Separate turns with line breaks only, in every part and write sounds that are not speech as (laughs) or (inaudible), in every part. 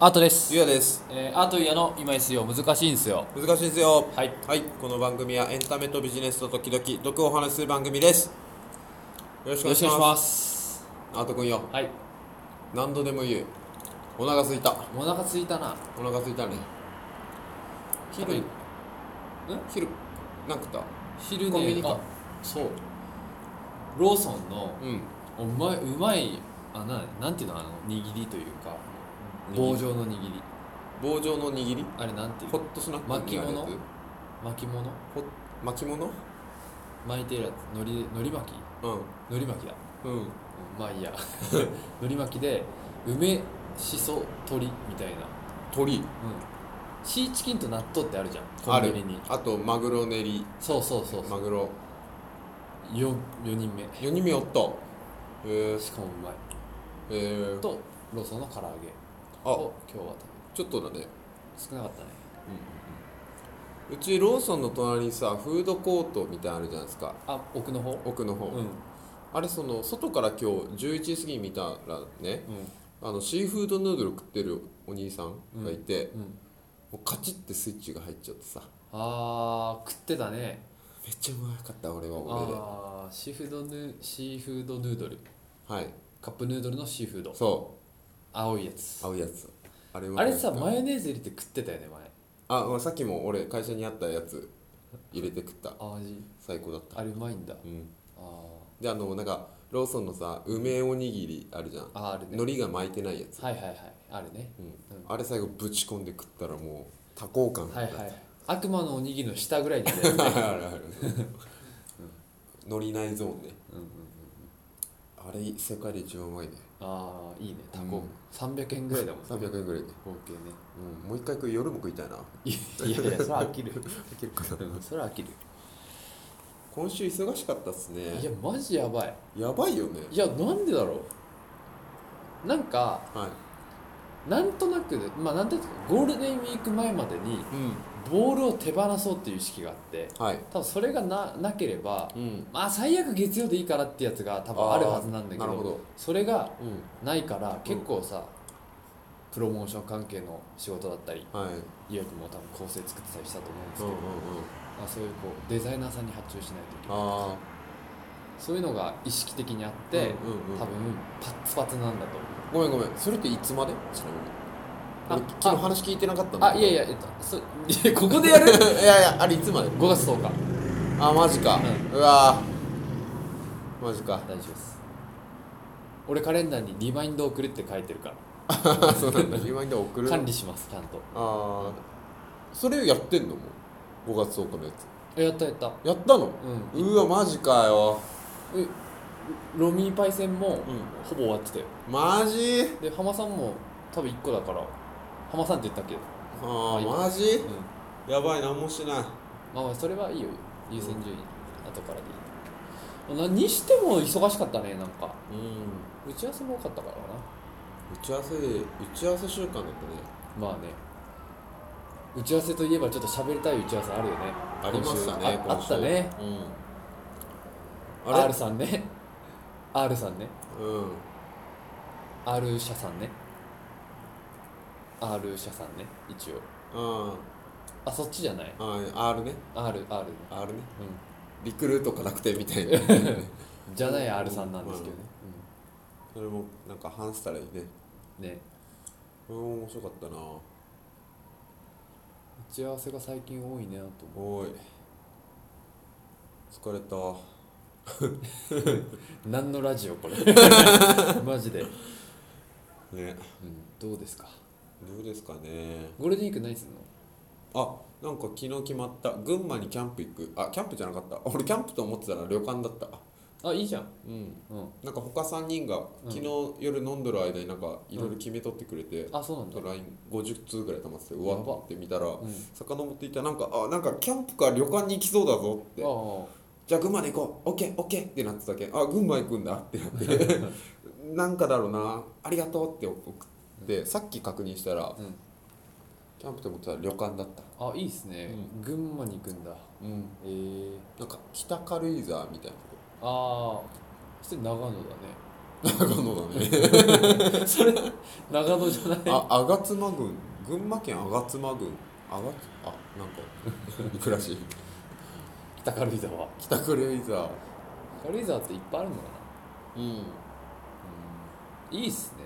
アートです
ゆうやです
えーアートイヤの今井水曜難しいんですよ
難しいですよ
はい
この番組はエンタメとビジネスと時々毒をお話しする番組ですよろしく
よろ
お願い
しく
し
お願いし
ま
ますす
あとくんよ
はい
何度でも言うお腹すいた
お腹空いたな
お腹すいたね昼にん昼なんか食っ
昼
コンビ
ね
ニか
あそうローソンの
たうん
おうまいうまいあななんていうのあの握りというか
握り
棒状の握り
棒状の握り
あれなんていう
ホットスナック
巻
みたい
物
なやつ
巻物
ほ巻物
巻いてるやつのりのり巻きのり巻きだ
うんうん
うんまあいい
(laughs)
やのり巻きで梅しそ鶏みたいな
鳥
うんシーチキンと納豆ってあるじゃん
あ
コン
る
ビニに
あとマグロ練り
そうそうそうそう
マグロ
4, 4人目
4人目おったえー
しかもうまい
えー
とローソンの唐揚げ
あ
を今日は
ちょっとだね
食べる少なかったね
うちローソンの隣にさフードコートみたいなのあるじゃないですか
あ奥の方
奥の方、
うんうん
あれその外から今日11時過ぎに見たらねあのシーフードヌードル食ってるお兄さんがいて、
うん
もうカチッてスイッチが入っちゃってさ
あー食ってたね
めっちゃうまかった俺は俺で
あーシーフードヌーシーフードヌードル
はい
カップヌードルのシーフード
そ
青いやつ
う合うやつあれうま
あ
かっ
れ
た
さマヨネーズ入れて食ってたよね前
あまあさっきも俺会社にあったやつ入れて食った
あ味
最高だった
あれうまいんだ
うん
あー
であのなんかローソンのさ梅おにぎりあるじゃん
あーあるね
海苔が巻いてないやつ
はいはいはいあるね
うんあれ最後ぶち込んで食ったらもう多幸感
はい
あ
はい悪魔のおにぎりの下ぐらいにある
るあるある乗りないゾーンね
うんうんうん
あれ世界で一番うまいね
ああいいねタ
う
コ
ん
300円ぐらいだもん
300円ぐらいで、
合計ね
うん、もう一回食う夜も食いたいない
やいやそれは飽きる
できるかな
うんそれは飽きる
今週忙しかったっすね
いやマジやばい
やばいよね
いやなんでだろうなんか
はい
なんとなくまあなんとなくゴールデンウィーク前までに
うん
ボールを手放そうっていう意識があって
はい
多分それがななければ
うん
まあ最悪月曜でいいからってやつが多分あるはずなんだけど
あーなるほど
それが
う
ないから結構さ、プロモーション関係の仕事だったり
んはいうん
医薬も多分構成作ってたりしたと思うんですけ
うん
ど、
うん
まあ、そういうこうデザイナーさんに発注しないといけない
あ
そういうのが意識的にあって、
ーうんうん
多分パッツパツなんだと思う
ごめんごめんそれっていつまでちなみに
あ
俺昨日話聞いてなかったんだ
あ
け
い
ど
やいや、えっと、そ (laughs) いやここでやる
(laughs) いやいやあれいつまで
?5 月10日
あマジか、うわーマジか
大丈夫です俺カレンダーにリマインド送るって書いてるから
あ (laughs) そうなんだリマインダー送る
管理しますちゃんと
ああそれやってんのもう5月10日のやつ
えやったやった
やったの
うん
うわマジかよ
えロミーパイセンも
うん
ほぼ終わってたよ
マジ
で浜さんも多分1個だから浜さんって言ったっけ、う
あ
はい
あマジ
ん、
やばい何もしない
まあまあそれはいいよ優先順位後からでいいなにしても忙しかったねなんか
うん
打ち合わせも多かったからか
打ち合わせで打ち合わせ週間だったね
なまあね打ち合わせといえばちょっと喋りたい打ち合わせあるよね
ありました
今
ね
週ああったね
うんあれ
R さんね R さんね
うん
R 社さんね R 社さんね一応
あ
あそっちじゃない
ああ R ね
RR ね
R ね
う
リクルートか楽天みた
(laughs)
いな
んじゃない R さんなんですけどね、
それもなんか話したらいいね
うん、ね
うん面白かったな
打ち合わせが最近多いねなと思
おい疲れた
う何のラジオ
(laughs)
これマジで
ね
うん、どうですか
どうですかね
ゴールデンウィーク何するの
あなんか昨日決まった群馬にキャンプ行くあキャンプじゃなかった俺キャンプと思ってたら旅館だった
あいいじゃん
うん
うん
なんか他3人が
うん
昨日夜飲んどる間になんかいろいろ決めとってくれて、
あそうなんだ
と LINE50 通ぐらい溜まっててう
や
わ
ば
っと思って見たら
うん
遡っていたらなんかあなんかキャンプか旅館に行きそうだぞって
あ
じゃあ群馬で行こうオッケーオッケーってなってたけんあ群馬行くんだってなって (laughs) なんかだろうなありがとうって送ってさっき確認したら
あうん
キャンプと思ってたら旅館だった
あいいっすね、群馬に行くんだ
うん
えー、
なんか北軽井沢みたいなとこ
ああそして長野だね (laughs)
長野だね
それ長野じゃない
あ吾妻郡群馬県吾妻郡あがあなんか暮らしい
北軽井沢
北軽井沢
軽井沢っていっぱいあるのかな
うん、うん、
いいっすね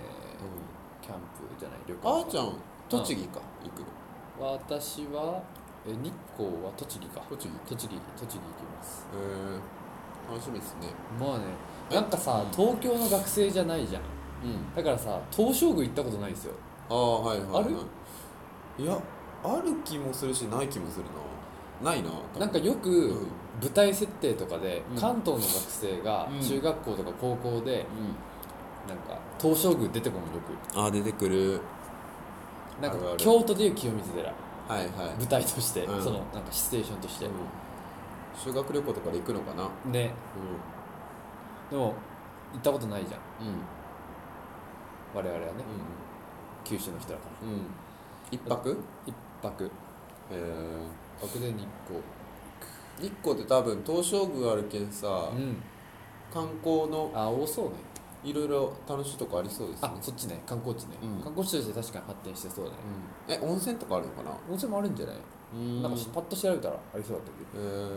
キャンプじゃない旅
あ
行
ーちゃん栃木か行くの
私はえ日光は栃木か
栃木
栃木栃木行きます
えー、楽しみですね
まあねなんかさ、
うん
東京の学生じゃないじゃん
うん
だからさ東照宮行ったことないんですよ
ああはいはい、はい、
あ
いやある気もするしない気もするなないな
なんかよく
うん
舞台設定とかで、
うん
関東の学生が
うん
中学校とか高校で
うん
なんか東照宮出てこんのよく
あー出てくる
なん
あるあ
か
る
京都でいう清水寺
はいはい
舞台として、
うん
そのなんかシチュエーションとして、
うん修学旅行とかで行くのかな
ねでも行ったことないじゃん
うんうん
我々はね九州の人だから
うんうん一泊
一泊
えー
一泊で日光
日光って多分東照宮あるけんさ
うん
観光の
あ多そうね
いろいろ楽しいとこありそうですね
あそっちね観光地ね、
うん
観光地として確かに発展してそうだね
うんえ温泉とかあるのかな
温泉もあるんじゃない、
うん
なんかパッと調べたらありそうだったけど
えー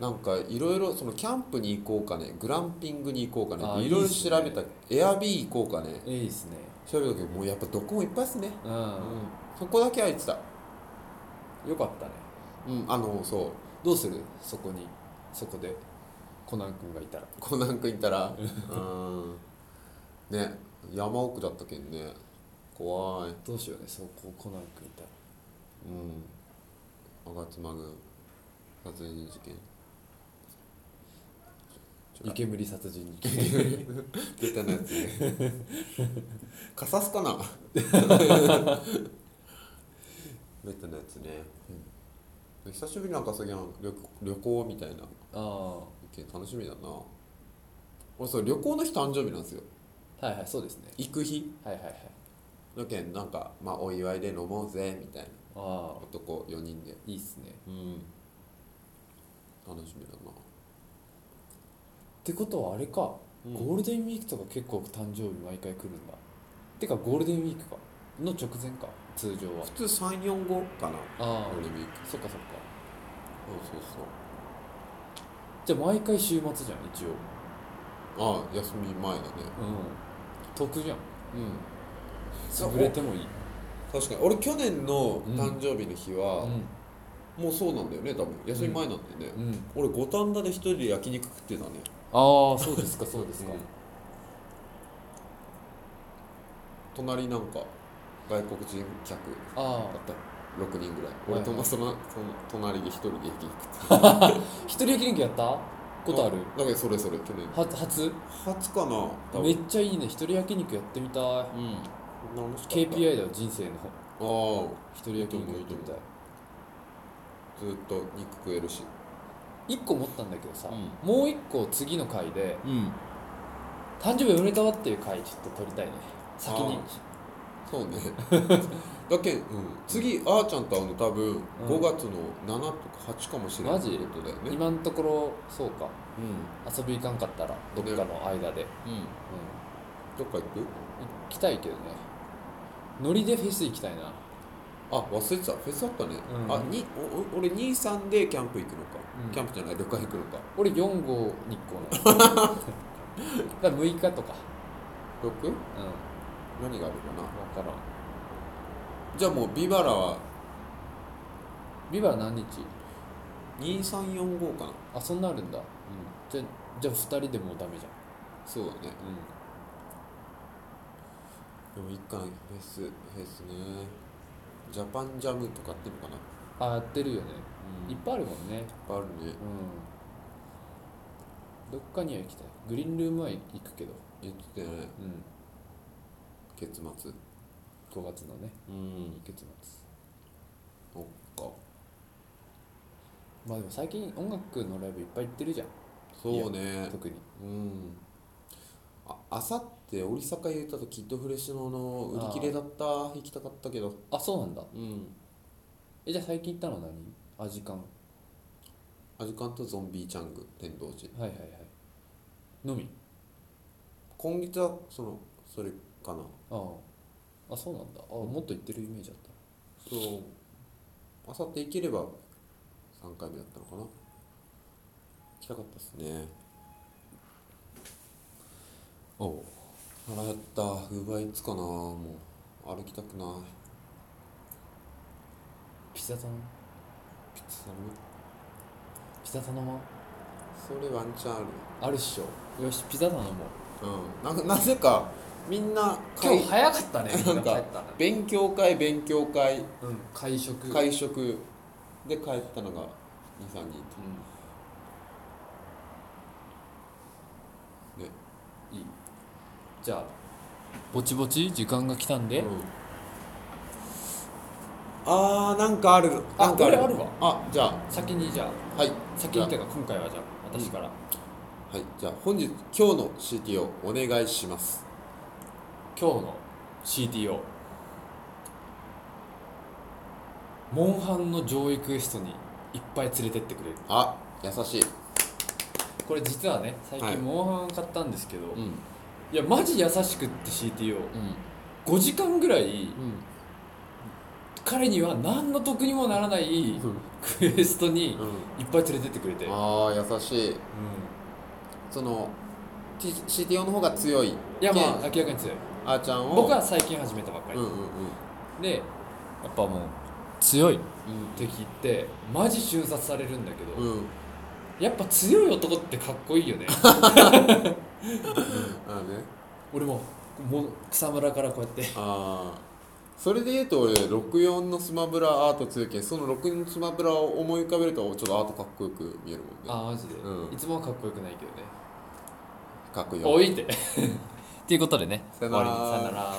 なんかいろいろそのキャンプに行こうかねグランピングに行こうか
あ
ね
ー
いろ
いい
い
っ
ろ
す
調
ね
べたエアビー行こうかね
いいですね
調べたけどもうやっぱどこもいっぱいですね
う、
うんそこだけ空いてた
よかったね
うんあのそう
どうするそこにそこでコナン君がいたら
コナン君いたらうんね山奥だったけんね怖い
どうしようねそこコナン君いたら
うん吾妻郡殺人事件
湯煙殺人事件
(laughs) 出たなやつねカサスかなベタなやつね、久しぶりなんかそういうの旅旅行みたいな
あ
けん楽しみだな俺そう旅行の日誕生日なんですよ
あはいはいそうですね
行く日
はいはいはい
のけんなんかまあお祝いで飲もうぜみたい
あ
な
あ
男4人で
いいっすねっ
うん楽しみだな
てことはあれか、
うん
ゴールデンウィークとか結構誕生日毎回来るんだてかゴールデンウィークかの直前か通常は
普通345か
あ
なゴー
あ
ルデンウィーク
そっかそっか
そうそうそう
じゃあ毎回週末じゃん一応
ああ休み前だね
うん得じゃん
うん
潰れてもいい
確かに俺去年の誕生日の日
う
は、
ん
もうそうなんだよね多分休み前なんだよね、
うん
俺五反田で一人で焼肉食ってたね
ああそうです (laughs) かそうですか、
うん隣なんか外国人客
ああ
6人ぐら
は
い
い
俺ともそのその隣で一人で焼肉食って
一人焼肉やったことある
だからそれそれ去年
は初
初かな多分
めっちゃいいね一人焼肉やってみたい
うん楽しかった
KPI だよ人生の
ああ
一人焼肉やってみたい
ずっと肉食えるし
一個持ったんだけどさ、
うん
もう一個次の回で
うん
誕生日おめでとうっていう回ちょっと撮りたいね先に
そうね (laughs) だけん、うん、次あーちゃんと会うの多分
うん
5月の7とか8かもしれない
マジ
ってことだよね
今のところそうか
う
遊び行かんかったらどっかの間で、
んうん
う
どっか
ん、
行く
行きたいけどねノリでフェス行きたいな
あ忘れてたフェスあったね、
うん
あにおお俺23でキャンプ行くのか、
うん
キャンプじゃない旅館行くのか
俺4号日光なの
(laughs)
だから6日とか
6?
うん
何があるかな
分からん
じゃあもうビバラは
ビバラ何日
2345かな
あそんなあるんだじゃじゃあ2人でもうダメじ
そうだね
ゃん、う
でも行かないフェスフェスねジャパンジャムとかっていうのかな、
ん、あやってるよね
い
い
っ
っぱいあるもんね
ぱいあるね
うんどっかには行きたいグリーンルームは行くけど、
言ってたよね
うん、
結末
5月のね
うん
月末
そっか
まあでも最近音楽のライブいっぱい行ってるじゃん
そうね
特に
うんああさって折坂優太とキッドフレッシュのの売り切れだった行きたかったけど
あそうなんだ
うん
えじゃあ最近行ったのは何アジカンは
アジカンとゾンビーチャング天童寺
いはいはいのみ
今月はそのそれかな
あああそうなんだあもっと行ってるイメージあった
そうあさって行ければ3回目だったのかな行きたかったですね
おお
腹減ったウーバーイーツかなもう歩きたくない
ピザ頼む
ピッツ頼む
ピザ頼まん
それワンチャンある
あるっしょよしピザ頼もう
うんなんかなぜかみんな
今
会
日早か (laughs) ったねみ
なん
帰
か
ったね
勉強会勉強会
うん会食
会食で帰ったのが23人
うん
ね
いいじゃあぼちぼち時間が来たんで、
うんあーなんかある
あ
なんかあ
俺
る
あるわ
あじゃあ
先にじゃ
はい
あ先にっていうか今回はじゃあ私から、
はい、じゃあ本日今日の CT をお願いします。
今日の CTO モンハンの上位クエストにいっぱい連れてってくれる
あ、優しい。
これ実はね最
はい
近モンハン買ったんですけど、
うん、うん、
いやマジ優しくって CTO5 時間ぐらい彼には何の得にもならないクエストに
うん、
いっぱい連れてってくれて、うん、い
ああ優しい。その T- CTO の方が強い。
やまあ
けん
明らかに強い
あーちゃんを
僕は最近始めたばっか
う
り、
んうんうん
でやっぱもう強い敵ってマジ瞬殺されるんだけど、
うんうん。
やっぱ強い男ってかっこいいよね
(laughs) あーね。
俺ももう草むらからこうやって
ああ。それで言うと俺64のスマブラアート強いけんその64のスマブラを思い浮かべるとちょっとアートかっこよく見えるもんね
ああマジで、
うん
いつもはかっこよくないけどね
かっこいい
(laughs)
よ
おいってっていうことでね
さよなら
終わりにさよなら